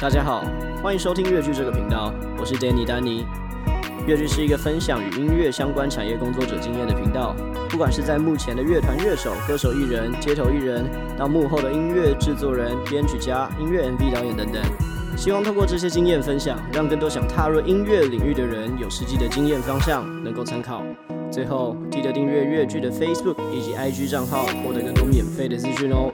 大家好，欢迎收听越剧这个频道，我是 Danny 丹尼。越剧是一个分享与音乐相关产业工作者经验的频道，不管是在幕前的乐团、乐手、歌手、艺人、街头艺人，到幕后的音乐制作人、编曲家、音乐 MV 导演等等，希望通过这些经验分享，让更多想踏入音乐领域的人有实际的经验方向能够参考。最后，记得订阅越剧的 Facebook 以及 IG 账号，获得更多免费的资讯哦。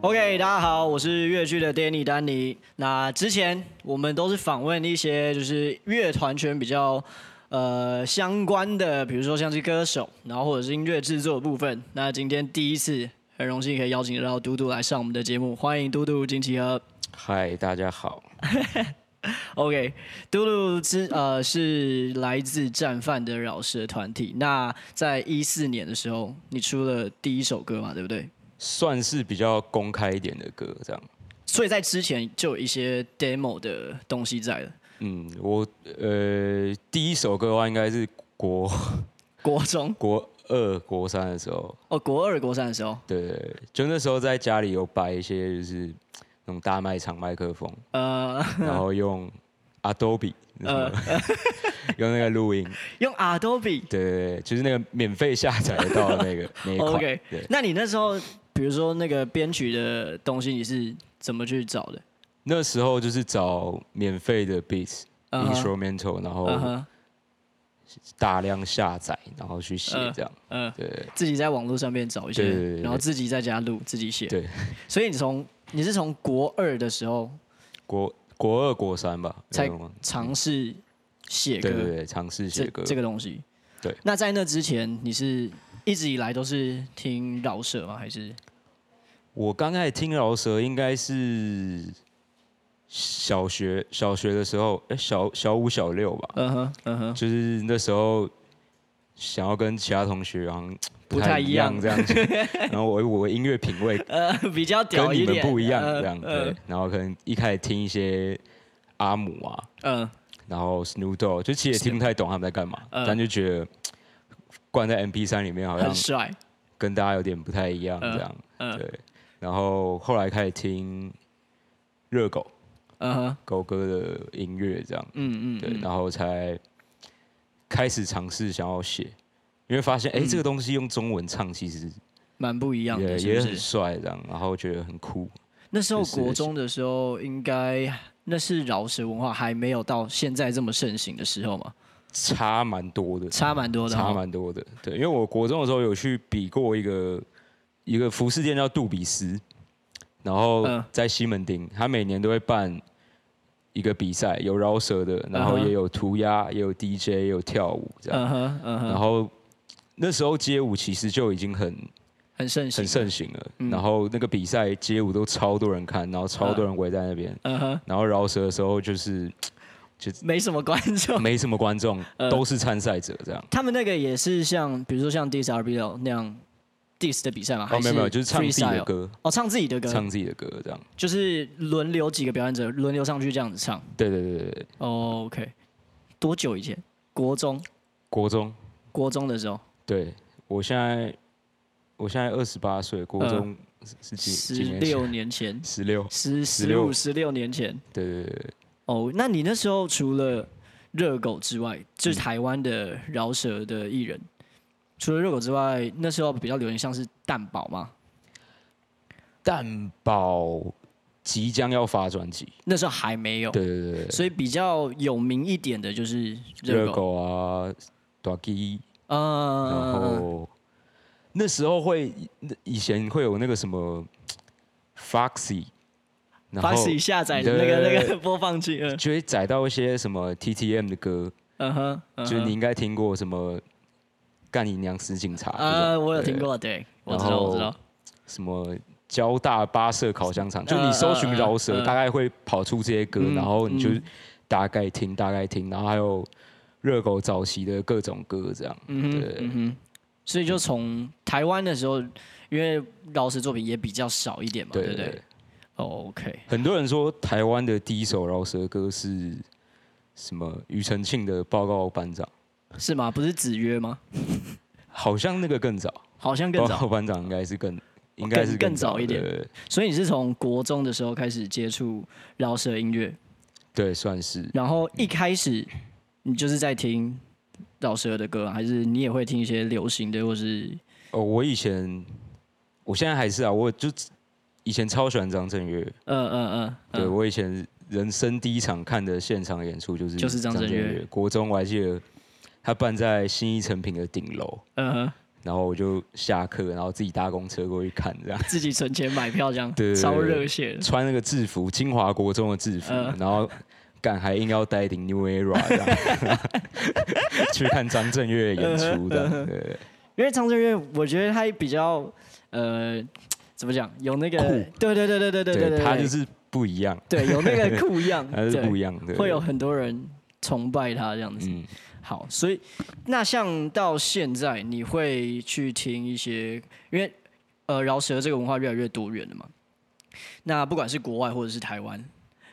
OK，大家好，我是越剧的 Danny 丹尼。那之前我们都是访问一些就是乐团圈比较呃相关的，比如说像是歌手，然后或者是音乐制作的部分。那今天第一次很荣幸可以邀请到嘟嘟来上我们的节目，欢迎嘟嘟金奇和。嗨，大家好。 OK，嘟嘟之呃是来自战犯的饶舌团体。那在一四年的时候，你出了第一首歌嘛，对不对？算是比较公开一点的歌，这样。所以在之前就有一些 demo 的东西在了。嗯，我呃第一首歌的话，应该是国 国中国二、国三的时候，哦，国二国三的时候，对，就那时候在家里有摆一些就是那种大卖场麦 克风，呃，然后用 Adobe，呃， 用那个录音，用 Adobe。对对对，就是那个免费下载得到的 那个那一款。 OK，对，那你那时候，比如说那个编曲的东西，你是怎么去找的？那时候就是找免费的 beats、嗯哼 instrumental，然嗯后哼，大量下载，然后去写嗯这样。嗯，对自己在网络上面找一对对对些，对然后自己在家录，自己写。对，所以你从你是从国二的时候国国二国三吧，才那种吗尝试写对对歌，对，尝试写这歌。这个东西。对。那在那之前，你是一直以来都是听饶舌吗？还是我刚开始听饶舌应该是小学小学的时候，哎，小小五小六吧，嗯哼嗯哼，就是那时候想要跟其他同学好像不太一一样这样子， 然后我我音乐品味呃，比较 屌跟一你们点，不一样呃这样，呃对，然后可能一开始听一些阿姆啊，嗯然后 Snoop Dogg，就其实也听不太懂他们在干嘛，嗯但就觉得灌在 MP 3里面好像很帅，跟大家有点不太一样嗯这样，嗯对。然后后来开始听热狗嗯哼狗哥的音乐这样，嗯嗯，对，嗯然后才开始尝试想要写，因为发现哎、诶这个东西用中文唱其实蛮不一嗯样也的，是也不很是？帅这样，然后觉得很酷，那时候是是国中的时候，应该那是饶舌文化还没有到现在这么盛行的时候嘛，差蛮多的，差蛮多的哦，差蛮多的。对，因为我国中的时候有去比过一个一个服饰店叫杜比斯，然后嗯在西门町，他每年都会办一个比赛，有饶舌的，然后嗯哼也有涂鸦，也有 DJ，也有跳舞这样。嗯哼嗯然哼，后那时候街舞其实就已经很很盛行，嗯很盛行了，然后那个比赛街舞都超多人看，然后超多人围在那边，嗯哼，然后饶舌的时候就是没什么观众。没什么观众，呃都是参赛者这样。 他们那个也是像，比如说像 Diss RBL 那样 Diss 的比赛嘛，还哦，没有没有，是就是唱自己的 freestyle？歌，哦，唱自己的歌，唱自己的歌这样。就是轮流几个表演者轮流上去这样子唱。对对对对对，哦 OK，多久以前？国中，国中，国中的时候，对我现在我现在二十八岁，国中是几十几年前？六年前，十六，十十16五十六年前。对对对对，哦，那你那时候除了热狗之外，嗯就是台湾的饶舌的艺人，除了热狗之外，那时候比较流行像是蛋堡嘛，蛋堡即将要发专辑，那时候还没有，对对对对，所以比较有名一点的就是热热狗，狗啊，短 G，然嗯，后那时候会以前会有那个什么 Foxy，然把后自己下载的那对对个对那个 播放器，嗯就会载到一些什么 TTM 的歌，嗯哼，嗯就是你哼应该听过什么干你娘死警察这种呃，我有对听过，对，我然知道，我知后道，什么交大八社烤香肠，就你嗯搜寻嗯饶舌，嗯大概会跑出这些歌，嗯然后你就嗯大概听，大概听，然后还有热狗早期的各种歌这样。嗯哼对，嗯哼，所以就从台湾的时候，因为饶舌作品也比较少一点嘛，对对不对对哦对， o k 很多人说台湾的第一首饶舌歌是什么？庾澄庆的《报告班长》，是吗？不是子曰吗？好像那个更早，好像更报早，哦告班长应该是更应该是更更早一点对对对所以你是从国中的时候开始接触饶舌音乐，对，算是然后一开始你就是在听饶舌的歌啊，还是你也会听一些流行的，或是哦。我以前，我现在还是啊，我就以前超喜欢张震岳，嗯嗯对嗯，我以前人生第一场看的现场演出就是就是张震岳岳，国中我还记得他办在新一成品的顶楼，嗯嗯，然后我就下课，然后自己搭公车过去看，这样自己存钱买票这样，对对对超热血的。穿那个制服，清华国中的制服，嗯然后干还硬要戴一顶 New Era 这样， 去看张震岳的演出嗯这样，对因为张震岳，我觉得他比较呃，怎么讲，有那个酷对对对对对对对对，他就是不一样，对有那个酷样 ，他是不一样，样的，会有很多人崇拜他这样子。嗯，好，所以那像到现在，你会去听一些，因为呃饶舌这个文化越来越多元了嘛。那不管是国外或者是台湾，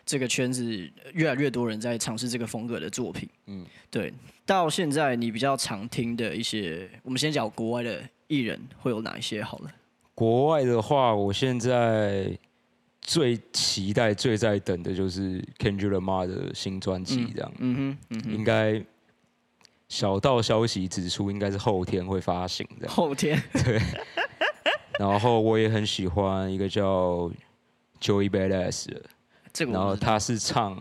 这个圈子呃越来越多人在尝试这个风格的作品。嗯嗯，对。到现在你比较常听的一些，我们先讲国外的艺人会有哪一些好了。国外的话，我现在最期待、最在等的就是 Kendrick Lamar 的新专辑，这样、嗯哼，嗯哼。应该小道消息指出，应该是后天会发行 这样。后天，然后我也很喜欢一个叫 Joey Badass 的，这个然我后不知道他是唱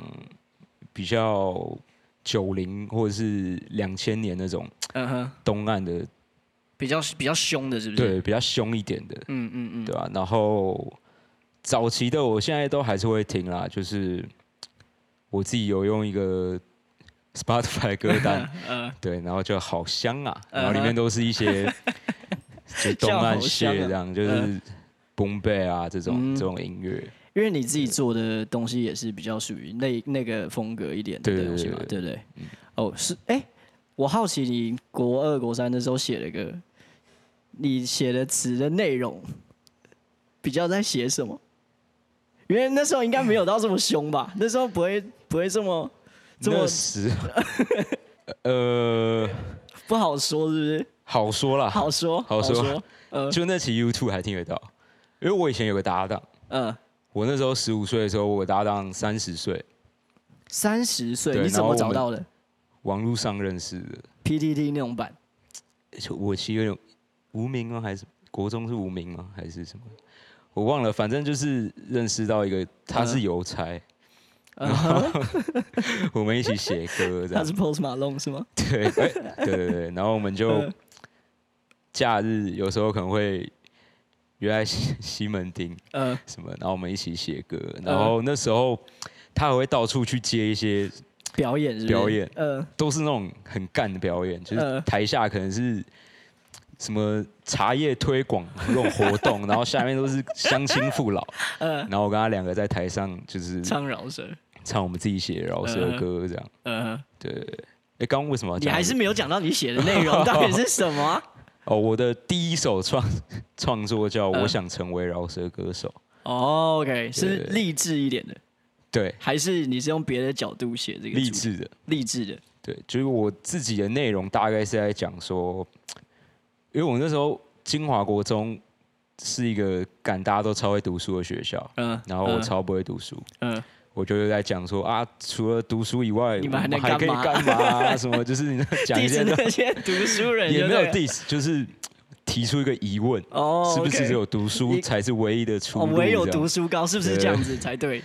比较九零或者是两千年那种嗯哼，东岸的，嗯比较比较凶的，是不是？，对，比较凶一点的，嗯嗯嗯，对吧、然后早期的我现在都还是会听啦，就是我自己有用一个 Spotify 歌 单，呃，对，然后就好香啊，嗯哼然后里面都是 一些就东岸叫好蟹香啊这样，就是崩贝啊这种嗯这种音乐，因为你自己做的东西也是比较属于那那个风格一点的对东西嘛，对嗯对不对？哦，是，哎，我好奇你国二国三的时候写了个，你写的词的内容比较在写什么？因为那时候应该没有到这么凶吧？那时候不会不会这么这么那时 呃不好说，是不是？好说啦，好说，好说说，呃就那期 YouTube 还听得到，因为我以前有个搭档，呃，我那时候十五岁的时候，我有个搭档三十岁，三十岁对你怎然后么我找们到的网络上认识的。 ？PTT 那种 版，就我其实有点无名吗？还是国中是无名吗？还是什么？我忘了，反正就是认识到一个他是邮差，嗯哼，我们一起写 歌这他样是。Post Malone 是吗？对，哎对对对，然后我们就嗯假日有时候可能会约在西 西门町呃，什么，然后我们一起写歌，嗯然后那时候他还会到处去接一些表演是不是表演嗯呃，都是那种很干的表演，就嗯是台下可能是什么茶叶推广那种活 动，然后下面都是乡亲父老，然后我跟他两个在台上就是嗯唱饶舌，唱我们自己写的饶舌歌这样。呃，对，哎，刚刚为什么要你讲还是没有讲到你写的内 容到底是什么啊、哦，我的第一首创创作叫《嗯我想成为饶舌歌手》，哦 OK，是对励志一点的，对，还是你是用别的角度写这个励主志的，励志的？对，就是我自己的内容大概是在讲说，因为我那时候金华国中是一个敢大家都超会读书的学校，嗯，然后我超不会读书，嗯，嗯，我就是在讲说啊，除了读书以外，你们我们还能还可以干嘛干嘛 啊？什么就是你那讲一弟 些子那那些读书人也就没有对了 diss，就是提出一个疑问，哦，是不是 OK 只有读你书才是唯一的出哦，路？唯有这样读，书高，是不是对这样子才对？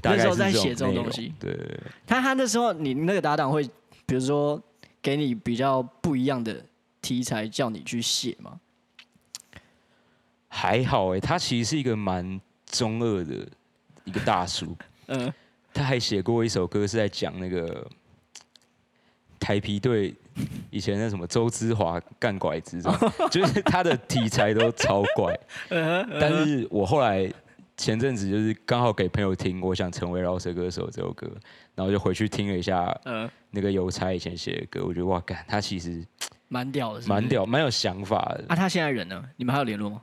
大那时概候是在这写这种内东容西对对，对他他那时候你那个搭档会，比如说给你比较不一样的题材，叫你去写吗？还好哎、他其实是一个蛮中二的一个大叔， 嗯，他还写过一首歌是在讲那个台皮队以前那什么周之华干拐子这种， 就是他的题材都超怪。嗯但是我后来前阵子就是刚好给朋友听《我想成为饶舌歌手》这首歌，然后就回去听了一下呃，那个邮差以前写的歌，我觉得哇，干他其实蛮屌的是不是蛮屌，蛮有想法的。啊！他现在人呢？你们还有联络吗？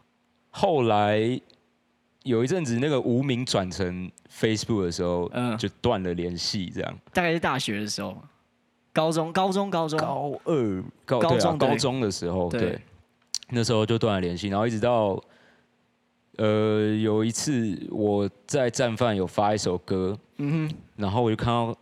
后来有一阵子那个无名转成 Facebook 的时候，嗯就断了联系，这样。大概是大学的时候嘛，高中，高中，高中，高二高高对啊中对高中的时候，对对，那时候就断了联系，然后一直到呃，有一次我在战犯有发一首歌，嗯哼，然后我就看到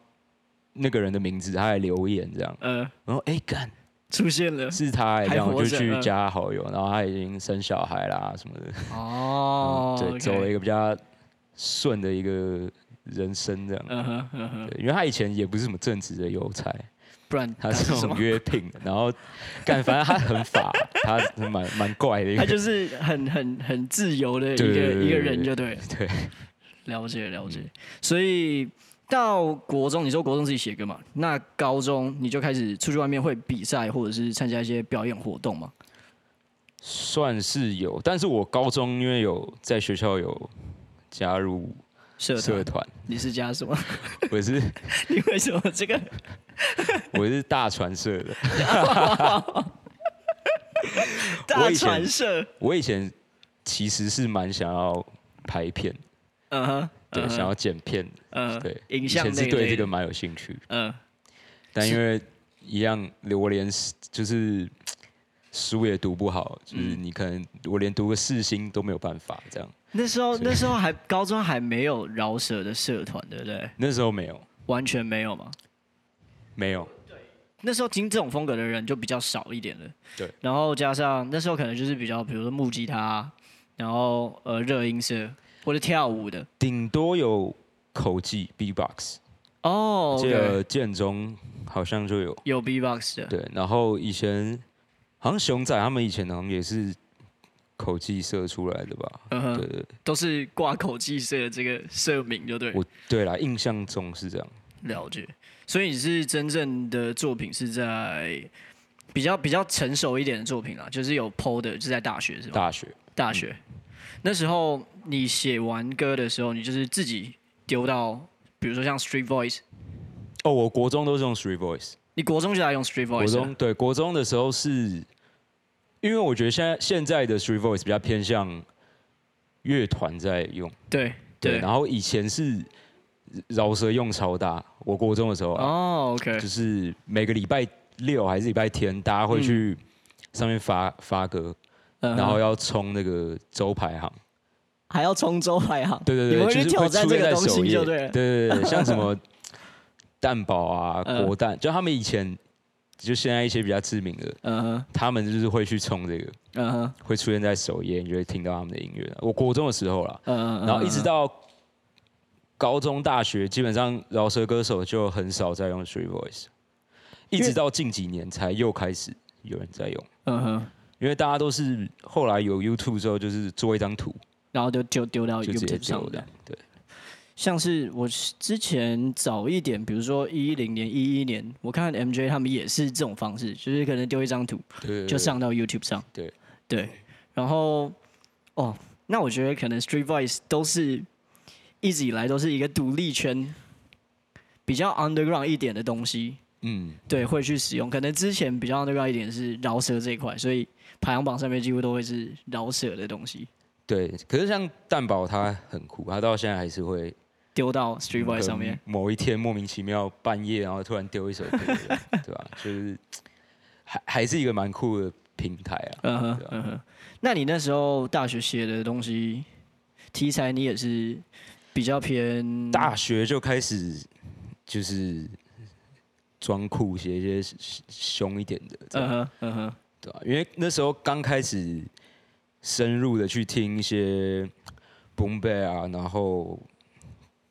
那个人的名字，他还留言这样，呃，然后哎干出现了是他欸，还这样我活就着去嗯加他好友，然后他已经生小孩啦什么的，哦对 OK 走了一个比较顺的一个人生这样。嗯哼嗯哼，对，因为他以前也不是什么正直的邮差，不然他他是是那什种么？约聘的，然后干，反正他很法，他蛮蛮怪的一个 他人，就是很很很自由的一个对对对对一个人，就对了，对，嗯了解了解。所以到国中，你说国中自己写歌嘛？那高中你就开始出去外面会比赛，或者是参加一些表演活动嘛？算是有，但是我高中因为有在学校有加入社社团，团，你是加什么？ 我是你为什么这个？我是大传社的，大传社，我以前其实是蛮想要拍片，嗯哼，对，嗯哼想要剪片，嗯，对，影以像前那是一对类这个的蛮有兴趣，嗯，但因为一样，我连就是书也读不好，就是嗯你可能我连读个四星都没有办法这样。那时候那时候还 高中还没有饶舌的社团，对不对？那时候没有，完全没有嘛。没有，那时候听这种风格的人就比较少一点了。对。然后加上那时候可能就是比较，比如说木吉他，然后呃热音社或者跳舞的。顶多有口技 B-box，哦、记得建中好像就有。有 B-box 的。对，然后以前好像熊仔他们以前好像也是口技社出来的吧？嗯对哼，对，都是挂口技社的这个社名，就对了。我对啦，印象中是这样。了解，所以你是真正的作品是在比较比较成熟一点的作品啦，就是有 PO 的，就是在大学是吧？大学大学、嗯那时候你写完歌的时候，你就是自己丢到，比如说像 Street Voice，哦，我国中都是用 Three Voice。你国中就在用 Street 国 Voice，啊中了对国中的时候是，因为我觉得现在现在的 Three Voice 比较偏向乐团在用，对对，对，然后以前是饶舌用超大，我国中的时候啊，哦，OK，嗯就是每个礼拜六还是礼拜天，大家会去上面发发歌，嗯哼然后要冲那个周排行，还要冲周排行，对对你对，会就去是挑会战出这现个在东首西页，就对对了，对对，像什么 蛋堡啊、嗯国蛋，就他们以前就现在一些比较知名的，嗯哼，他们就是会去冲这个。嗯哼，会出现在首页，你就会听到他们的音乐。我国中的时候啦，嗯哼，然后一直嗯哼到高中、大学，基本上饶舌歌手就很少在用 Three Voice，一直到近几年才又开始有人在用，嗯哼，因为大家都是后来有 YouTube 之后，就是做一张图然后就就丢到就直接哦 YouTube 丢上的的。，对，像是我之前早一点，比如说一零年、一一年，我看 MJ 他们也是这种方式，就是可能丢一张图对对就上到 YouTube 上。对对，然后哦，那我觉得可能 Street Voice 都是一直以来都是一个独立圈比较 underground 一点的东西，嗯，对，会去使用。可能之前比较 underground 一点是饶舌这一块，所以排行榜上面几乎都会是饶舌的东西对。可是像蛋宝他很酷，他到现在还是会丢到 Street Voice 上面。某一天莫名其妙半夜，然后突然丢一首歌，对吧、 就是还还是一个蛮酷的平台啊。嗯哼，嗯哼。那你那时候大学写的东西题材，你也是比较偏大学就开始就是装酷，写一些凶一点的，这嗯样哼，嗯哼，对吧、因为那时候刚开始深入的去听一些 boom bap 啊，然后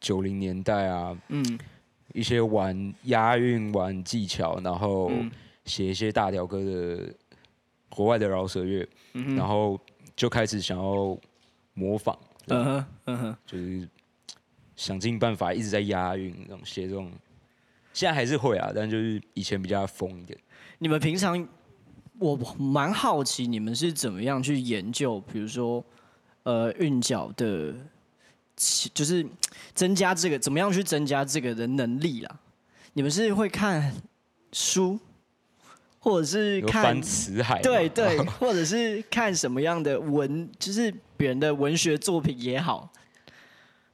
九零年代啊，嗯一些玩押韵、玩技巧，然后嗯写一些大调歌的国外的饶舌乐，嗯哼然后就开始想要模仿，嗯哼，嗯哼，就是想尽办法一直在押韵，那种写这种。现在还是会啊，但就是以前比较疯一点。你们平常我蛮好奇你们是怎么样去研究，比如说呃韵脚的起，就是增加这个怎么样去增加这个的能力啦？你们是会看书，或者是有看翻词海嘛，对对，或者是看什么样的文，就是别人的文学作品也好，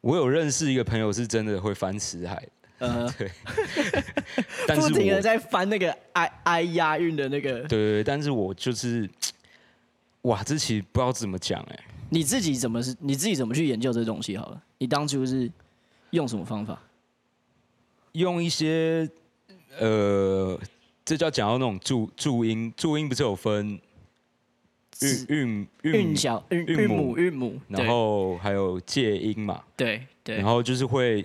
我有认识一个朋友是真的会翻词海，呃， 但不是停的我在翻那个 i i 押韵的那个，对对对，但是我就是哇，这其实不知道怎么讲哎、你自己怎么是？你自己怎么去研究这东西？好了，你当初是用什么方法？哦用一些呃，这叫讲到那种注注音，注音不是有分韵韵韵脚、韵韵韵母母、韵母，然后还有借音嘛，对对然对后就是会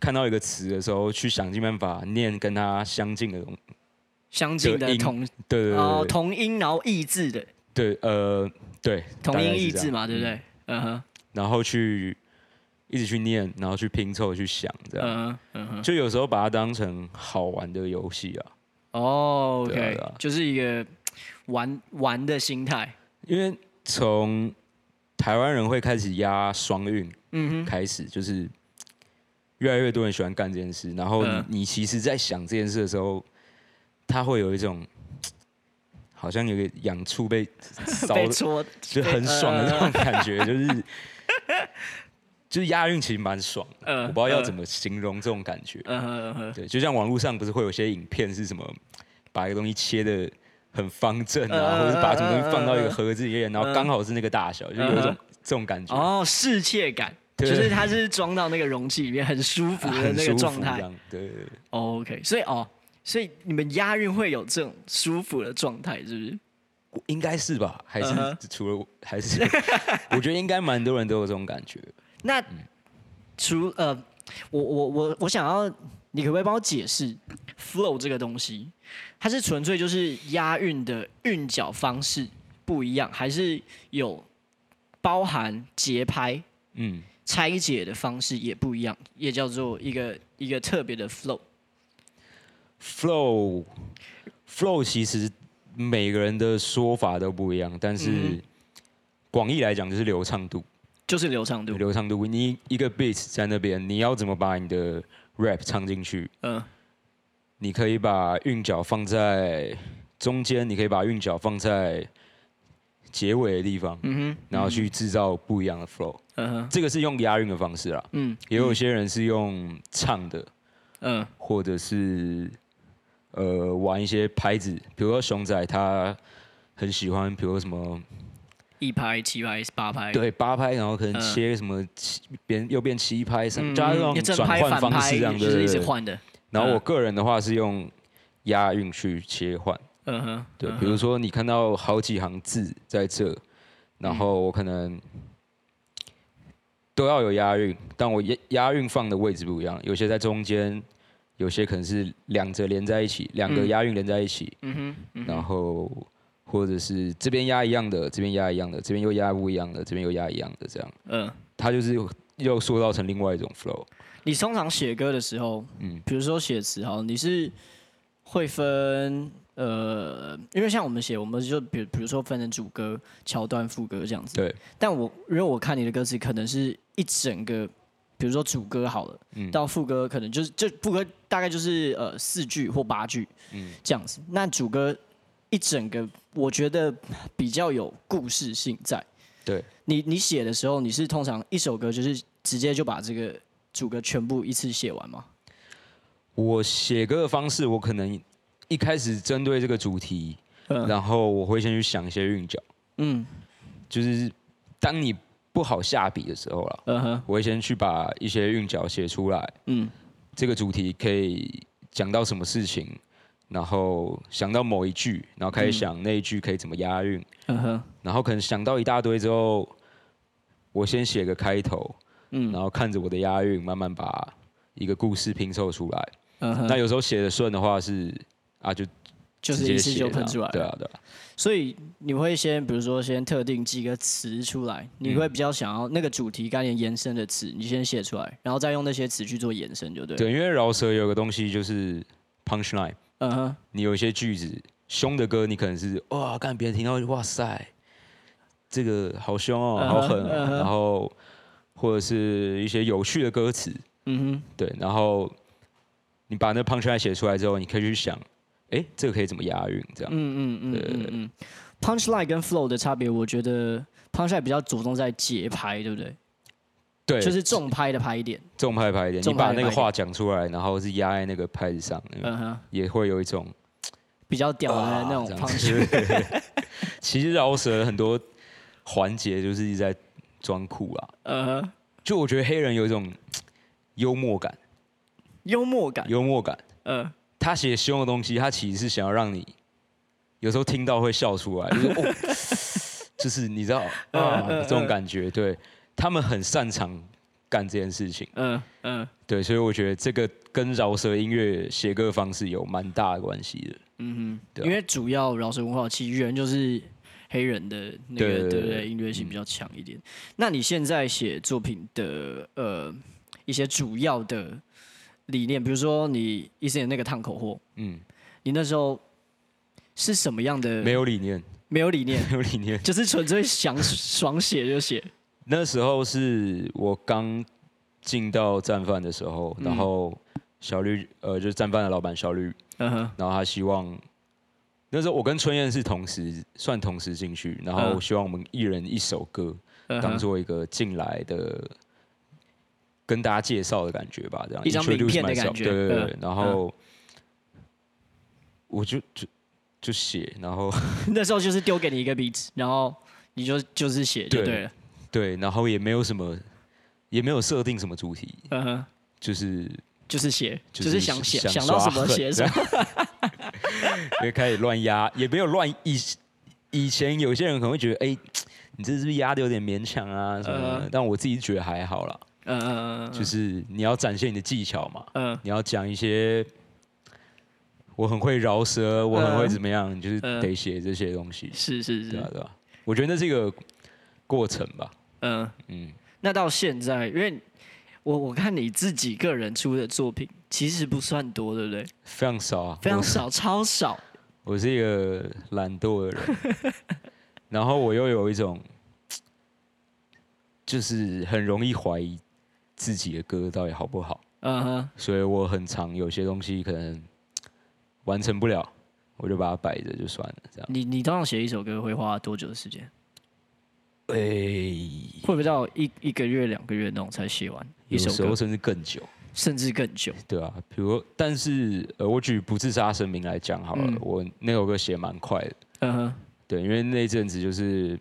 看到一个词的时候，去想尽办法念跟它相近的东西。相近的的音同对对对哦对对同音，然后异字的对，呃，对，同大概音是异这样字嘛，对不对？嗯哼，然后去一直去念，然后去拼凑去想，这样、嗯哼，嗯哼。就有时候把它当成好玩的游戏啊。哦对啊，OK，对啊就是一个玩玩的心态。因为从台湾人会开始压双韵嗯哼，开始，就是越来越多人喜欢干这件事。然后你,、嗯你其实，在想这件事的时候，他会有一种好像有个痒处被烧 被呃的戳就很爽的那种感觉，就是 就是押韵其实蛮爽的，呃我不知道要怎么。么形容这种感觉。嗯哼嗯哼，对，就像网络上不是会有些影片是什么，把一个东西切的很方正啊，呃或者把什么东西放到一呃个呃盒子里面，然后刚好是那个大小，就有一种这种感觉，嗯哦，世切感，就对是它是装到那个容器里面，很舒服的 很那个舒状服这态。样。对，对对 OK，所以哦，所以你们押韵会有这种舒服的状态，是不是？我应该是吧？还是嗯哼除了我还是， 我觉得应该蛮多人都有这种感觉。那嗯除呃，我我我我想要，你可不可以帮我解释 flow 这个东西？它是纯粹就是押韵的韵脚方式不一样，还是有包含节拍嗯，拆解的方式也不一样，也叫做一个一个特别的 flow？ flow flow 其实每个人的说法都不一样，但嗯是广义来讲就是流畅度，就是流畅度，流畅度。你一个 beat 在那边，你要怎么把你的 rap 唱进去？嗯、你可以把韵脚放在中间，你可以把韵脚放在结尾的地方，嗯哼，然后去制造不一样的 flow。嗯哼，这个是用押韵的方式啦，嗯也有些人是用唱的，嗯或者是呃玩一些拍子，比如说熊仔他很喜欢，比如说什么一拍、七拍、八拍，对八拍，然后可嗯能切什么七边右边七拍什么，嗯，加上正转拍、换反方式拍，这样就对是一对直对。换的，然后嗯我个人的话是用押韵去切换，嗯哼，对嗯，哼比如说你看到好几行字在这，然后我可能。都要有押韵，但我押押韵放的位置不一样，有些在中间，有些可能是两者连在一起，两个嗯押韵连在一起，嗯哼，嗯哼然后或者是这边压一样的，这边压一样的，这边又压不一样的，这边又压一样的，这样，嗯。它就是又塑造成另外一种 flow。你通常写歌的时候，嗯嗯，比如说写词哈，你是会分呃，因为像我们写，我们就比比如说分成主歌、桥段、副歌这样子。对，但我因为我看你的歌词，可能是一整个，比如说主歌好了，嗯到副歌可能就是就副歌大概就是呃四句或八句，嗯嗯，这样子。那主歌一整个，我觉得比较有故事性在。对，你你写的时候，你是通常一首歌就是直接就把这个主歌全部一次写完吗？我写歌的方式，我可能一开始针对这个主题，嗯然后我会先去想一些韵脚，嗯就是当你不好下笔的时候啦，嗯哼我会先去把一些韵脚写出来，嗯这个主题可以讲到什么事情。然后想到某一句，然后开始想那一句可以怎么押韵，嗯哼然后可能想到一大堆之后，我先写个开头，嗯然后看着我的押韵，慢慢把一个故事拼凑出来。嗯那哼，有时候写的顺的话是啊，就就直是一接次写就这喷样出来。对啊，对啊，所以你会先比如说先特定几个词出来，你嗯会比较想要那个主题概念延伸的词，你先写出来，然后再用那些词去做延伸，就对。，对，因为饶舌有个东西就是 punch line，嗯哼，你有一些句子凶的歌，你可能是哇，干别人听到就哇塞，这个好凶哦，好狠嗯哼嗯哦，哼然后或者是一些有趣的歌词，嗯对，然后你把那 punch line 写出来之后，你可以去想，哎，这个可以怎么押韵这样哼，。嗯嗯嗯嗯嗯，punchline 跟 flow 的差别，我觉得 punchline 比较着重在节拍，对不对？对，就是重拍的拍点。重拍拍一点，重你拍把的那拍个一点话讲出来，然后是压在那个拍子上，嗯哼，也会有一种比较屌的那种啊这样 punch 子其实饶舌很多环节就是一直在装酷啊。嗯哼，就我觉得黑人有一种幽默感，幽默感，幽默感。嗯，他写凶的东西，他其实是想要让你有时候听到会笑出来，就是、哦、 就是你知道啊嗯嗯这种感觉。对他们很擅长干这件事情。嗯嗯对，所以我觉得这个跟饶舌音乐写歌方式有蛮大的关系的。嗯哼，对啊因为主要饶舌文化起源就是黑人的那对个对对对不对？对音乐性比较强一点。那你现在写作品的呃一些主要的理念，比如说你一四年那个烫口货，嗯，你那时候是什么样的？没有理念， 没有理念， 没有理念。就是纯粹想 爽写就写。那时候是我刚进到战犯的时候，嗯然后小绿呃就是战犯的老板小绿，嗯哼，然后他希望那时候我跟春燕是同时算同时进去，然后嗯希望我们一人一首歌，嗯当哼做一个进来的跟大家介绍的感觉吧，这样一张名 introduce 片的 myself，感觉对对对，嗯然后我就就就写，然后 那时候就是丢给你一个 beat，然后你就就是写就对对了。对，然后也没有什么，也没有设定什么主题，嗯哼，就是就是写，就就是是想写，想想到什么刷狠写什么。 因为开始乱压，也没有乱以以前有些人可能会觉得，哎、你这是不是压的有点勉强啊什么的？嗯但我自己觉得还好啦， 嗯嗯嗯嗯，就是你要展现你的技巧嘛，嗯。你要讲一些我很会饶舌，我很会嗯怎么样，你就是嗯得写这些东西，是是对啊是，对啊，我觉得那是一个过程吧，嗯，嗯，那到现在，因为我我看你自己个人出的作品其实不算多，对不对？非常少啊，非常我少，超 少。我是一个懒惰的人， 然后我又有一种，就是很容易怀疑自己的歌到底好不好，嗯哼，所以我很常有些东西可能完成不了，我就把它摆着就算了，这样。你你通常写一首歌会花多久的时间？诶、会不会到一一个月、两个月那种才写完一有首时歌候，甚至更久，甚至更久？对啊，比如，但是呃，我举《不自杀声明》来讲好了，嗯我那首歌写蛮快的，嗯哼，对，因为那一阵子就是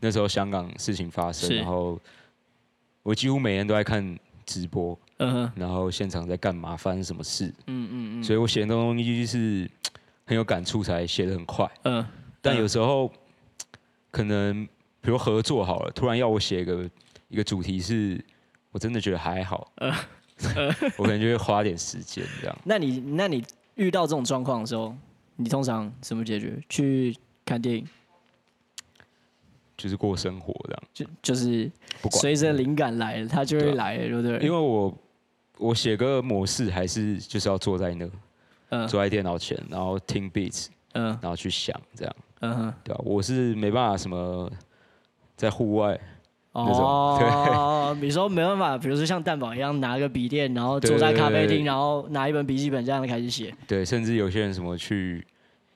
那时候香港事情发生，是然后我几乎每天都在看直播，嗯哼，然后现场在干嘛，发生什么事，嗯嗯嗯，所以我写的东西是很有感触才写的很快。嗯但有时候可能比如合作好了，突然要我写一个一个主题是，我真的觉得还好，呃 我可能就会花点时间这样。那你那你遇到这种状况的时候，你通常怎么解决？去看电影，就是过生活这样，就就是不管随着灵感来，它就对会啊来了，对不对？因为我我写歌的模式还是就是要坐在那，嗯坐在电脑前，然后听 beats，嗯然后去想这样，嗯哼。对吧、我是没办法什么在户外，那种哦，比如说没办法，比如说像蛋堡一样拿个笔电，然后坐在咖啡对对厅，对然后拿一本笔记本这样开始写。对，甚至有些人什么去，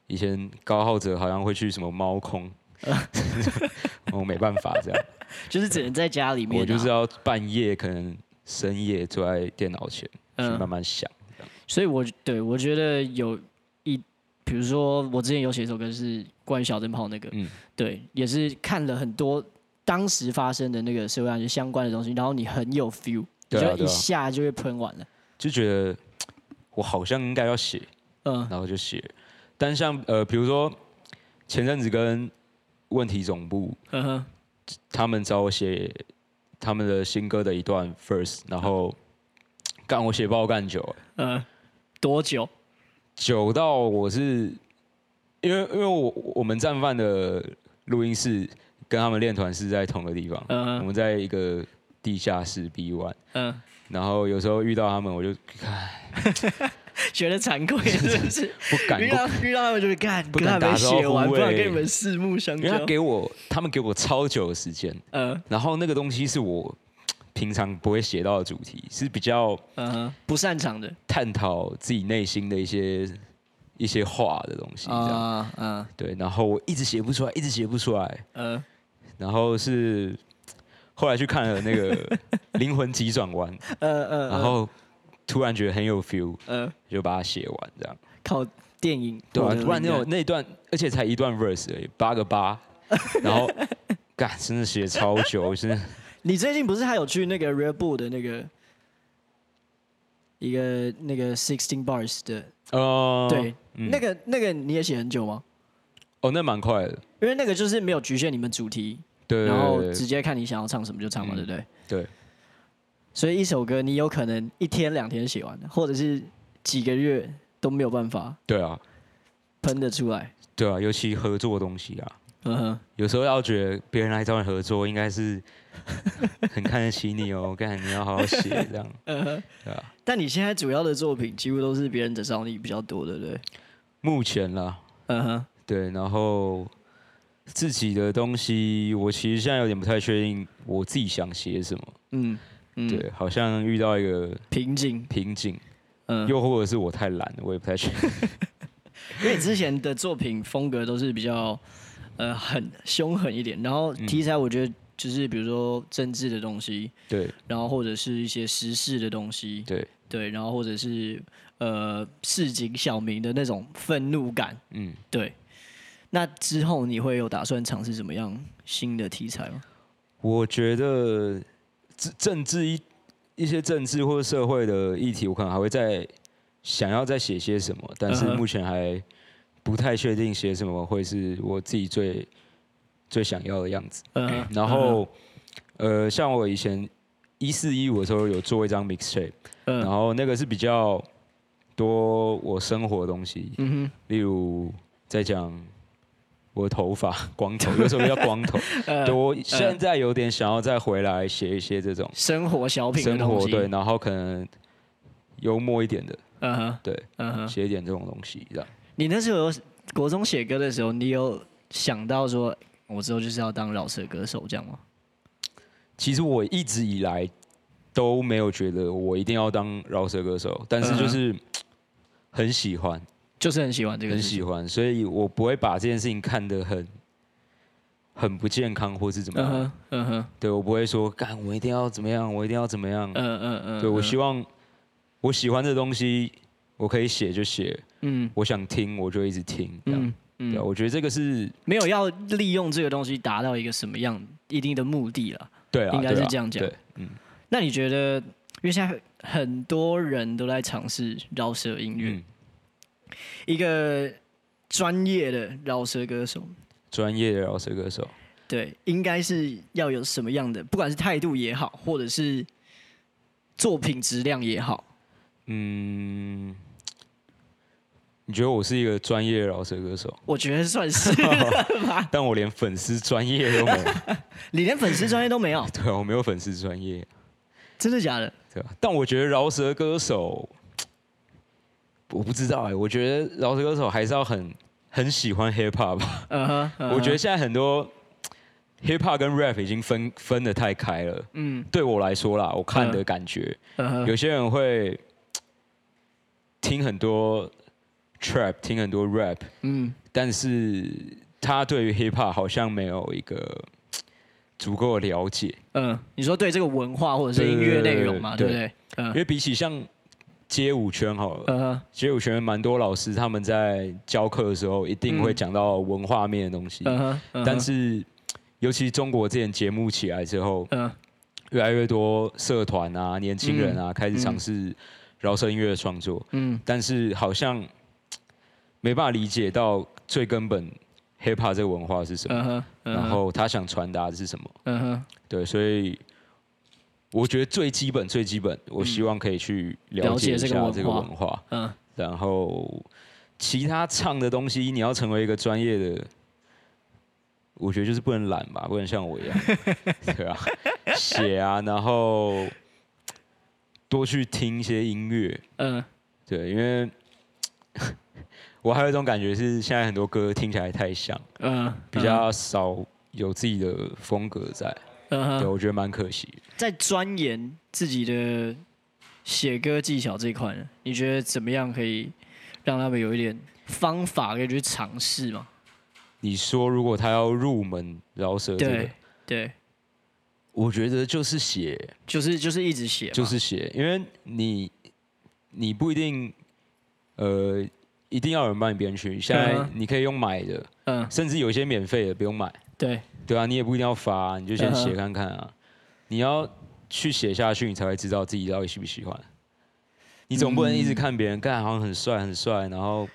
以前高浩哲好像会去什么猫空， 我没办法这样，就是只能在家里面、啊我就是，要半夜可能深夜坐在电脑前去慢嗯，慢想，所以我对我觉得有一，比如说我之前有写一首歌是关于小灯泡那个，嗯对，也是看了很多当时发生的那个社会案件相关的东西，然后你很有 feel，你对啊就对一啊下就会喷完了。就觉得嗯我好像应该要写，嗯然后就写。但像呃，比如说前阵子跟问题总部嗯哼，他们找我写他们的新歌的一段 verse，然后干我写爆干久欸，嗯，多久？久到我是因为因为我我们战犯的录音室跟他们练团是在同个地方，嗯我们在一个地下室 B one，嗯， 然后有时候遇到他们我就唉觉得惭愧是不是？不 敢遇过，到遇到他们就是干，不跟敢他没打招写完，呼不然欸跟你们四目相因为他交。给我他们给我超久的时间，嗯然后那个东西是我平常不会写到的主题，是比较嗯，不擅长的探讨自己内心的一些一些话的东西，这样、啊对。然后我一直写不出来，一直写不出来，嗯然后是后来去看了那个 《灵魂急转弯》，嗯嗯，然后突然觉得很有 feel，嗯就把它写完，这样靠电影对获啊？得突然灵那感 种那一段，而且才一段 verse 而已，八个八，然后干，真的写超久，真的 你最近不是还有去那个 Red Bull 的那个一个那个 Sixteen Bars 的？哦，对，嗯那个那个你也写很久吗？哦，那蛮快的，因为那个就是没有局限你们主题，对，然后对直接看你想要唱什么就唱嘛，嗯对不对？对，所以一首歌你有可能一天两天写完，或者是几个月都没有办法对啊，喷得出来。对啊，尤其合作的东西啊，嗯哼，有时候要觉得别人来找你合作，应 该是很看得起你哦，干你要好好写这样，对啊，但你现在主要的作品几乎都是别人的找你比较多，对不对？目前啦，嗯哼，对，然后自己的东西，我其实现在有点不太确定我自己想写什么，嗯嗯，对，好像遇到一个瓶颈，瓶颈，嗯，又或者是我太懒了，我也不太确 定，因为你之前的作品风格都是比较呃很凶狠一点，然后嗯题材我觉得就是比如说政治的东西，对然后或者是一些时事的东西，对，对，然后或者是呃市井小民的那种愤怒感，嗯。对。那之后你会有打算尝试怎么样新的题材吗？我觉得政政治一一些政治或者社会的议题，我可能还会再想要再写些什么，但嗯是哼目前还不太确定写什么会是我自己最最想要的样子。嗯哼，然嗯后，呃，像我以前一四一五的时候有做一张 mixtape，嗯然后那个是比较多我生活的东西，嗯例如在讲我的头发光头，有时候叫光头。哼，呃对，，我现在有点想要再回来写一些这种生活小品的生东活，西，对，，然后可能幽默一点的，嗯哼，对，嗯哼。写一点这种东西，这样。你那时候有国中写歌的时候，你有想到说，我之后就是要当饶舌歌手这样吗？其实我一直以来都没有觉得我一定要当饶舌歌手，但是嗯哼就是很喜欢，就是很喜欢这个很事情，喜欢，所以我不会把这件事情看得很很不健康或是怎么嗯样哼。，嗯哼，对我不会说，干，我一定要怎么样，我一定要怎么样。嗯嗯嗯，对我嗯希望我喜欢的东西，我可以写就写，嗯我想听我就一直听，这样。嗯对啊，嗯，我觉得这个是没有要利用这个东西达到一个什么样一定的目的了。对啊，应该是对啊这样讲对，嗯，那你觉得，因为现在很多人都在尝试饶舌音乐，嗯，一个专业的饶舌歌手，专业的饶舌歌手，对，应该是要有什么样的，不管是态度也好，或者是作品质量也好，嗯，你觉得我是一个专业的饶舌歌手，我觉得算是。 啊但我连粉丝专业都 没有，你连粉丝专业都没有，对啊，我没有粉丝专业，真的假的？对吧？但我觉得饶舌歌手，我不知道哎、我觉得饶舌歌手还是要很很喜欢 hip hop 吧。嗯哼，嗯哼我觉得现在很多 hip hop 跟 rap 已经分分的太开了。嗯，对我来说啦，我看的嗯感觉，嗯哼，有些人会听很多 trap，听很多 rap，嗯但是他对于 hip hop 好像没有一个足够的了解，嗯，你说对这个文化或者是音乐内容嘛，对对不对对？因嗯为比起像街舞圈好了，嗯哼，街舞圈蛮多老师他们在教课的时候一定会嗯讲到文化面的东西，嗯哼，嗯哼但是尤其中国这点节目起来之后，嗯越来越多社团啊、年轻人啊、开始尝试饶舌音乐的创作，嗯但是好像没办法理解到最根本 hip hop 这个文化是什么，嗯哼，嗯哼然后他想传达的是什么。嗯哼，对，所以我觉得最基本、最基本，我希望可以去了解一下了解这个这个文文化，嗯然后其他唱的东西，你要成为一个专业的。我觉得就是不能懒吧，不能像我一 样，对啊，写啊，然后多去听一些音乐，嗯对，因为 我还有一种感觉是，现在很多歌听起来太像，嗯，比较少有自己的风格在，嗯对哼，我觉得蛮可惜。在钻研自己的写歌技巧这一块呢，你觉得怎么样可以让他们有一点方法可以去尝试嘛？你说如果他要入门饶舌这个对，对，我觉得就是写，就是就是一直写嘛，就是写，因为你你不一定呃一定要有人帮你编曲，现在嗯你可以用买的，嗯，甚至有一些免费的不用买，对，对啊，你也不一定要发啊、你就嗯先写看看啊。你要去写下去，你才会知道自己到底喜不喜欢。你总不能一直看别人干，好像很帅很帅，然后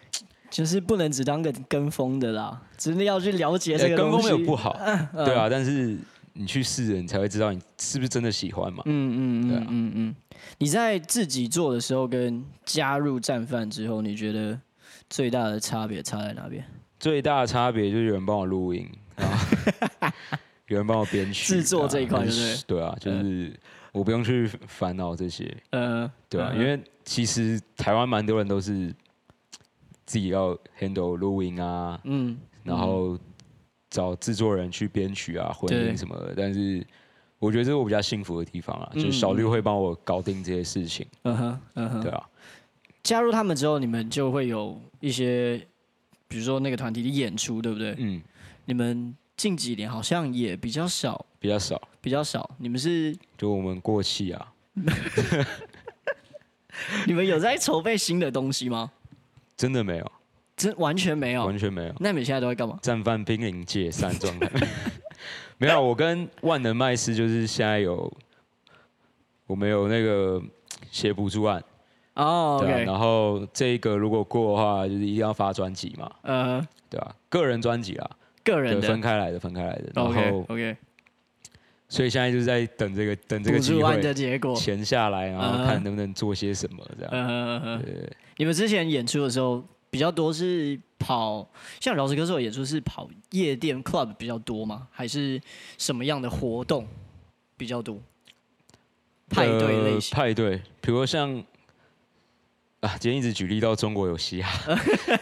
就是不能只当个跟风的啦，只是要去了解这呃个跟东风西嗯没有不好，对啊，但是你去试了，你才会知道你是不是真的喜欢嘛。嗯嗯对嗯啊嗯嗯。你在自己做的时候跟加入战犯之后，你觉得最大的差别差在哪边？最大的差别就是有人帮我录音，然后 有人帮我编曲，制作这一块然后对嗯不对啊，就是我不用去烦恼这些，呃，对啊，嗯因为其实台湾蛮多人都是自己要 handle 录音啊，嗯，然后找制作人去编曲啊、混对音什么的，但是。我觉得这是我比较幸福的地方啊，就是小绿会帮我搞定这些事情，嗯哼嗯哼对。啊，加入他们之后，你们就会有一些，比如说那个团体的演出，对不对？嗯，你们近几年好像也比较少，比较少，比较少。你们是 就我们过气啊，你们有在筹备新的东西吗？真的没有，真完全没有。完全没有。那你们现在都在干嘛？战犯濒临解散状态。 没有，我跟万能麦斯就是现在有，我们有那个写补助案，哦、o 对、啊 k 然后这一个如果过的话，就是一定要发专辑嘛，呃，对吧、啊个人专辑啦，个人对，的分开来的，分开来的。然后 OK OK，所以现在就是在等这个等这个补机助案的会，结果。闲下来，然后嗯看能不能做些什么这样。呃，嗯嗯对，你们之前演出的时候比较多是跑，像饶舌歌手演出是跑夜店 club 比较多吗？还是什么样的活动比较多？派对类型呃、派对，比如像啊，今天一直举例到中国有 嘻哈，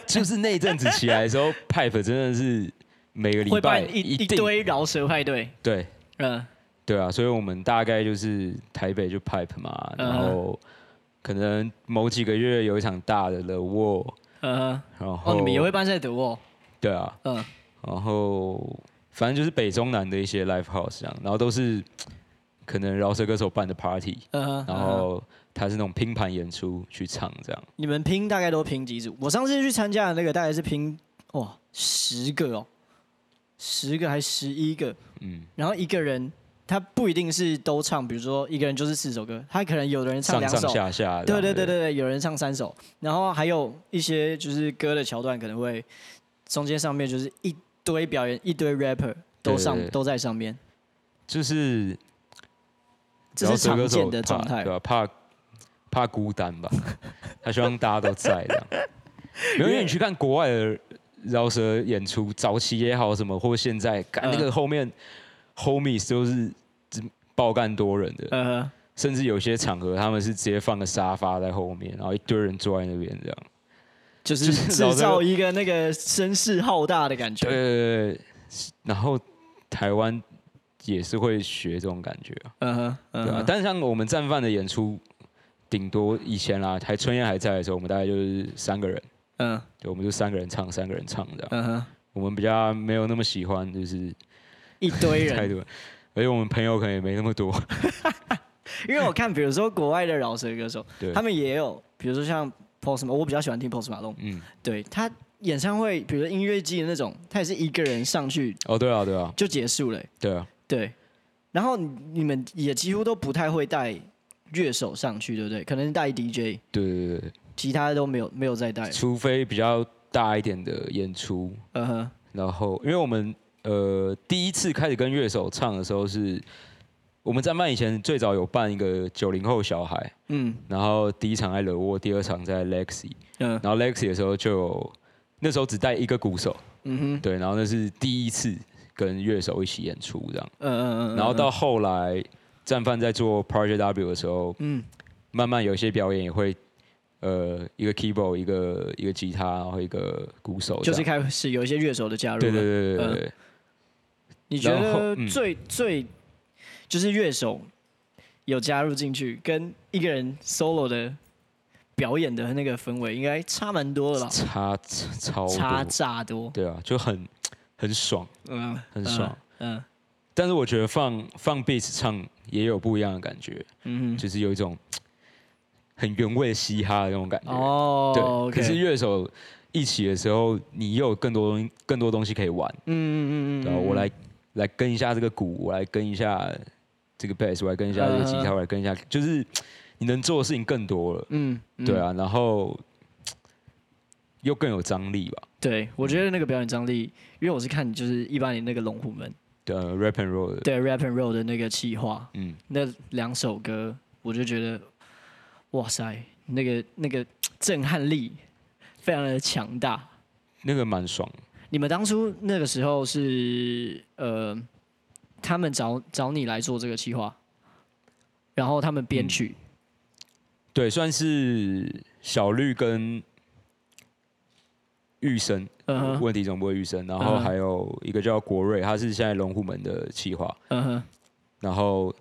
就是那一阵子起来的时候，Pipe 真的是每个礼会拜办一一一定堆饶舌派对，对嗯对啊，所以我们大概就是台北就 Pipe 嘛，嗯然哼后可能某几个月有一场大的 The Wall，呃，然后哦，你们也会办在德沃，对啊，嗯然后反正就是北中南的一些 Live House 这样，然后都是可能饶舌歌手办的 Party，嗯，然嗯后他是那种拼盘演出去唱这样。你们拼大概都拼几组？我上次去参加的那个大概是拼哇十个哦，十个还十一个，嗯，然后一个人他不一定是都唱，比如说一个人就是四首歌，他可能有的人唱上两上首，下下这对样，对对对对，有人唱三首，然后还有一些就是歌的桥段可能会中间上面就是一堆表演，一堆 rapper 都上对对对都在上面，就是这是常见的饶舌歌手怕状态对。吧、怕怕孤单 吧，他希望大家都在这样。没有因为你去看国外的饶舌演出，早期也好什么，或现在，干嗯那个后面 homies 都是只爆干多人的，呃，甚至有些场合他们是直接放个沙发在后面，然后一堆人坐在那边这样。就是就是制老这造个一个那个声势浩大的感对觉。对对对，然后台湾也是会学这种感觉啊。嗯哼，对啊嗯，哼，但是像我们战犯的演出，顶多以前啦，还春燕还在的时候，我们大概就是三个人，嗯对，我们就三个人唱，三个人唱这样。嗯哼，我们比较没有那么喜欢，就是一堆太人。多，而且我们朋友可能也没那 么多。因为我看，比如说国外的饶舌歌手，对，他们也有，比如说像 Post Malone，我比较喜欢听 Post Malone，嗯，对他演唱会，比如说音乐季的那种，他也是一个人上去哦，对啊，对啊，就结束了、对啊，对，然后你你们也几乎都不太会带乐手上去，对不对？可能带 DJ，对对对对，其他都没有没有再带。除非比较大一点的演出，嗯哼，然后因为我们呃第一次开始跟乐手唱的时候是。我们战犯以前最早有办一个九零后小孩，嗯然后第一场在惹沃，第二场在 Lexi，嗯然后 Lexi 的时候就有那时候只带一个鼓手，嗯哼，对，然后那是第一次跟乐手一起演出这样，嗯嗯嗯，然后到后来战犯在做 Project W 的时候，嗯慢慢有一些表演也会。呃，一个 keyboard，一个一个吉他，然后一个鼓手呃就这样，是开始有一些乐手的加入。嗯对对对对对对，你觉然后得嗯最、最就是乐手有加入进去，跟一个人 solo 的表演的那个氛围，应该差蛮多的吧？差超差多，炸多，对啊，就很很爽，嗯，很爽。嗯，但是我觉得放放 bass 唱也有不一样的感觉，嗯嗯就是有一种很原味嘻哈的那种感觉。哼，哦，对 o k 可是乐手一起的时候，你又有更多东西，更多东西可以玩。嗯嗯嗯嗯，啊然后我来来跟一下这个鼓，我来跟一下这个 bass，我来跟一下这个吉他，嗯我来跟一下，就是你能做的事情更多了，嗯，嗯对，啊，然后又更有张力吧，对，我觉得那个表演张力，因为我是看就是一八年那个龙虎门对啊，rap and roll 的，对 rap and roll 的那个企划，嗯，那两首歌，我就觉得，哇塞，那个那个震撼力非常的强大。那个蛮爽，你们当初那个时候是呃，他们找找你来做这个企划，然后他们编曲，对，算是小绿跟玉生，嗯哼，问题总不会玉生，然后嗯哼还有一个叫国瑞，他是现在龙虎门的企划，嗯哼，然后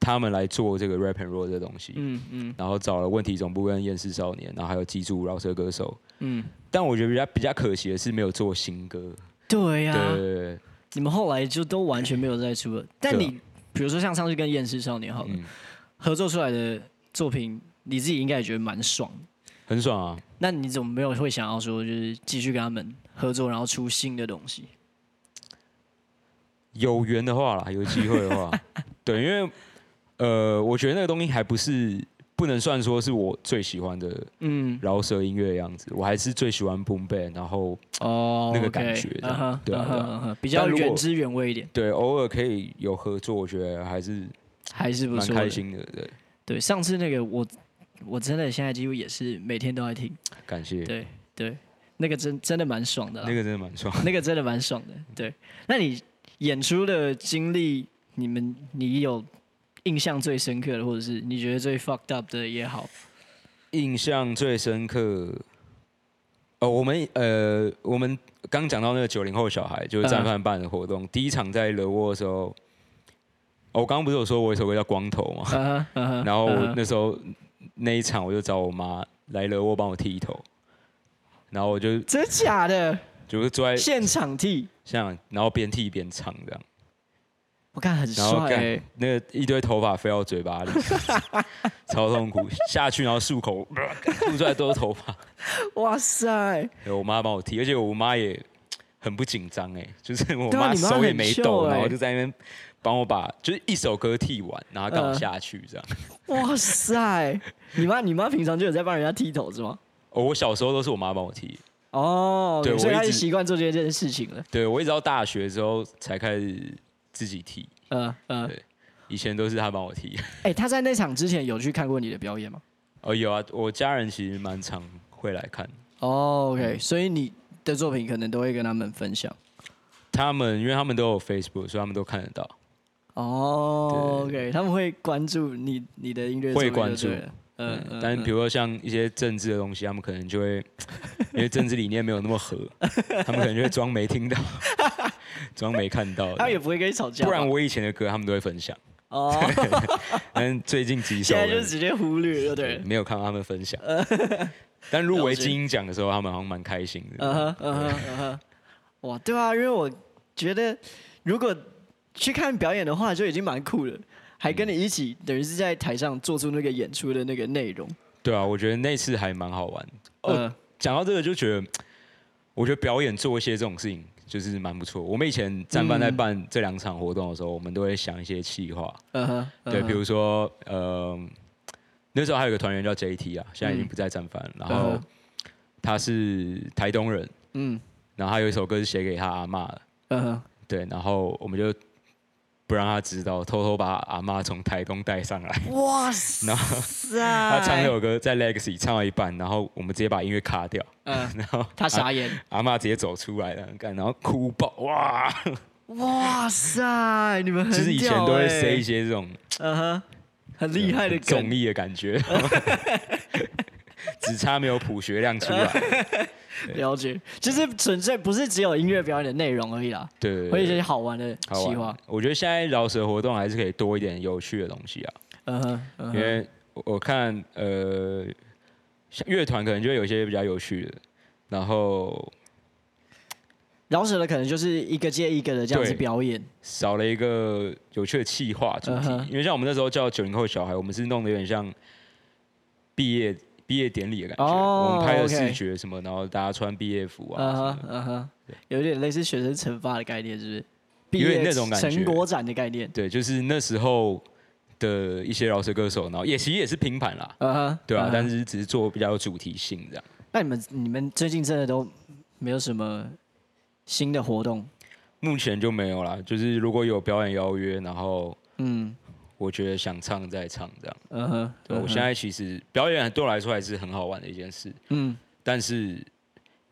他们来做这个 rap and roll 这东西，嗯嗯然后找了问题总部跟厌世少年，然后还有记住饶舌歌手。嗯，但我觉得比较比较可惜的是没有做新歌，对呀、对对对对，你们后来就都完全没有再出了。但对啊你比如说像上次跟厌世少年好了，嗯，合作出来的作品，你自己应该也觉得蛮爽的。很爽啊。那你怎么没有会想要说，就是继续跟他们合作，然后出新的东西？有缘的话啦，有机会的话，对，因为呃，我觉得那个东西还不是不能算说是我最喜欢的嗯，饶舌音乐的样子，我还是最喜欢 boom bap，然后哦那个感觉这样对嗯啊对啊比较但如果原汁原味一点，对，偶尔可以有合作，我觉得还是还是不蛮错。开。心的，对，对，上次那个我，我真的现在几乎也是每天都在听。感谢，对对，那个真真的蛮爽的啦那个真的蛮爽。那个真的蛮爽的。对，那你演出的经历，你们你有印象最深刻的，或者是你觉得最 fucked up 的也 好，印象最深刻，哦，我们呃，我们刚讲到那个九零后小孩，就是战犯办的活动，第一场在惹沃的时候，哦，我刚刚不是有说我有一首歌叫《光头》嘛，嗯哼嗯哼然后我嗯哼那时候那一场我就找我妈来惹沃帮我剃头，然后我就真假的就是坐在现场替，像，然后边剃边唱这样，我看很然后帅、干欸，那个一堆头发飞到嘴巴里， 超痛苦，下去然后漱口，吐出来都是头发。 哇塞！对我妈帮我剃，而且我妈也很不紧张哎，就是我对啊妈你妈手也很没 chill 抖，然后欸就在那边帮我把就是一首歌剃完，然后刚好嗯下去这样。哇塞！你妈，你妈平常就有在帮人家剃头是吗？哦，我小时候都是我妈帮我剃，哦，对所以我一她就直习惯做这件事情了。对我一直到大学之后才开始自己剃，嗯嗯，对以前都是她帮我剃。哎、她在那场之前有去看过你的表演吗？哦，有啊，我家人其实蛮常会来看，哦，OK，所嗯以你的作品可能都会跟他们分享。他们因为他们都有 Facebook，所以他们都看得到。哦、o 对 k 他们会关注你你的音乐作会品就关注对了，嗯，嗯嗯，但比如说像一些政治的东西，他们可能就会因为政治理念没有那么合，他们可能就会装没听到，装没看到。他也不会跟你吵架吧，不然我以前的歌他们都会分享，哦， 但最近几首现在就直接忽略了，对了，呃没有看到他们分享。但 入围了解金鹰奖的时候，他们好像蛮开心的。嗯哼嗯哼嗯哼，哇，对啊，因为我觉得如果去看表演的话，就已经蛮酷了，还跟你一起，等于是在台上做出那个演出的那个内容，对啊，我觉得那次还蛮好玩。哦嗯讲到这个，就觉得我觉得表演做一些这种事情就是蛮不错。我们以前战班在办这两场活动的时候，我们都会想一些企划。嗯哼，对，嗯比哼如说，呃，那时候还有一个团员叫 JT 啊，现在已经不在战犯，然后嗯他是台东人，嗯然后他有一首歌是写给他阿妈的，嗯哼，对，然后我们就不让他知道，偷偷把阿妈从台东带上来。哇然后塞，他唱那首歌在 Legacy 唱到一半，然后我们直接把音乐卡掉，嗯， 然后啊他傻眼，阿妈直接走出来了，干，然后哭 爆哇！哇塞，你们很就是以前屌都会欸塞一些这种嗯哼，很厉害 的综梗，艺的感觉， 只差没有谱学亮 出来。了解，就是纯粹不是只有音乐表演的内容而已啦，对对会有一对些好玩的好计划玩。。我觉得现在饶舌活动还是可以多一点有趣的东西啊，嗯哼，嗯因哼，为我我看呃，像乐团可能就会有一些比较有趣的，然后饶舌的可能就是一个接一个的这样子对表演。少了一个有趣的企划主题嗯哼因为像我们那时候叫九零后小孩，我们是弄得有点像毕业毕业典礼的感觉哦我们拍了 OK 视觉什么，然后大家穿毕业服啊嗯什么哼的，嗯哼，有一点类似学生惩罚的概念，是不是？毕有点业那种感觉成果展的概念。对，就是那时候的一些饶舌歌手，然后也其实也是拼盘啦，嗯哼，对嗯啊哼但是只是做比较有主题性这样。那你们你们最近真的都没有什么新的活动？目前就没有啦，就是如果有表演邀约，然后嗯我觉得想唱再唱这样。嗯哼，对，嗯我哼现在其实表演对我来说还是很好玩的一件事，嗯但是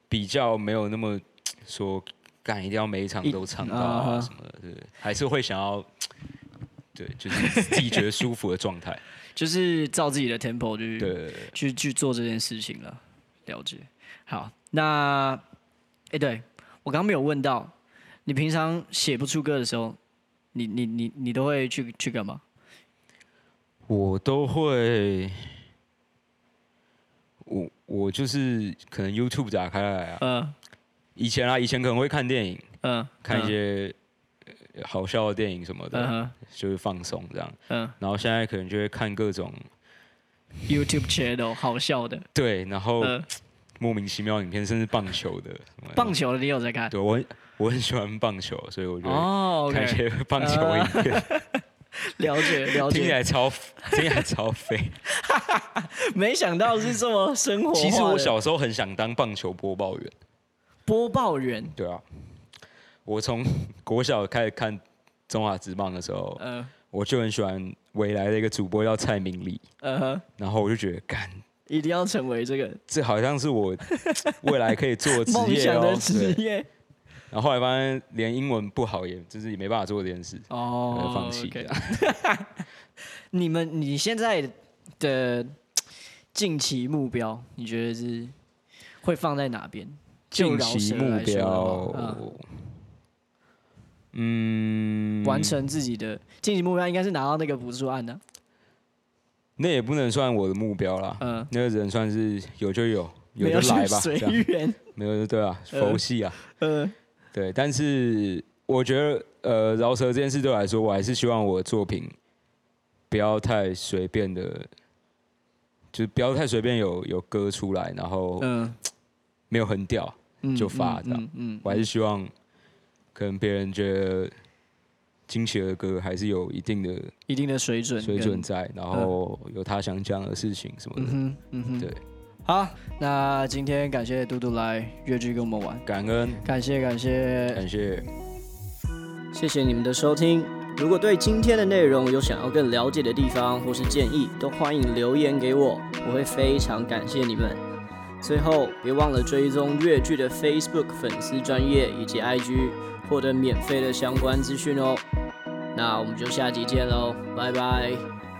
比较没有那么说干一定要每一场一都唱到啊哈啊什么的，对，还是会想要对，就是自己觉得舒服的状 态。就是照自己的 tempo 去对对，对对去去做这件事情了。了解。好，那哎、对我刚刚没有问到，你平常写不出歌的时候，你你你你都会去去干嘛？我都会，我我就是可能 YouTube 打开来啊，嗯以前啊，以前可能会看电影，嗯，看一些、呃好笑的电影什么的，嗯哼就是放松这样。嗯然后现在可能就会看各种，YouTube channel 好笑的，对，然后嗯，莫名其妙的影片，甚至棒球的什么的棒球的你有在看？对我很我很喜欢棒球，所以我就哦看一，OK，呃些棒球影片，了解了听起解，来超听起来 超废。没想到是这么生活化的。其实我小时候很想当棒球播报员。播报员，对啊，我从国小开始看中华职棒的时候，嗯我就很喜欢未来的一个主播叫蔡明理，嗯哼，然后我就觉得，干，一定要成为这个这好像 是我未来可以做的职梦业想哦的。职对业。然后后来发现，连英文不好也，就是也没办法做这件事，哦呃放弃 OK 这样。你们你现在的近期目标，你觉得是会放在哪边？就近饶期舌目来说的标话，嗯，嗯，完成自己的近期目标应该是拿到那个补助案的。那也不能算我的目标啦。嗯，那个人算是有就有，有没有就来是吧，随这样缘。没有就对啊，呃佛系啊。呃，对，但是我觉得，呃，饶舌这件事对我来说，我还是希望我的作品不要太随便的，就是不要太随便有有歌出来，然后嗯没有很屌，嗯，哦就发嗯这样嗯嗯，我还是希望，可能别人觉得惊喜的歌还是有一定的一定的水准跟，水准在，然后有他想讲的事情什么嗯的，哼，嗯哼，对。好，那今天感谢嘟嘟来越剧跟我们玩，感恩，感谢感谢，感谢。谢谢你们的收听。如果对今天的内容有想要更了解的地方或是建议，都欢迎留言给我，我会非常感谢你们。最后，别忘了追踪粤剧的 Facebook 粉丝专业以及 IG，获得免费的相关资讯哦。那我们就下集见喽，拜拜。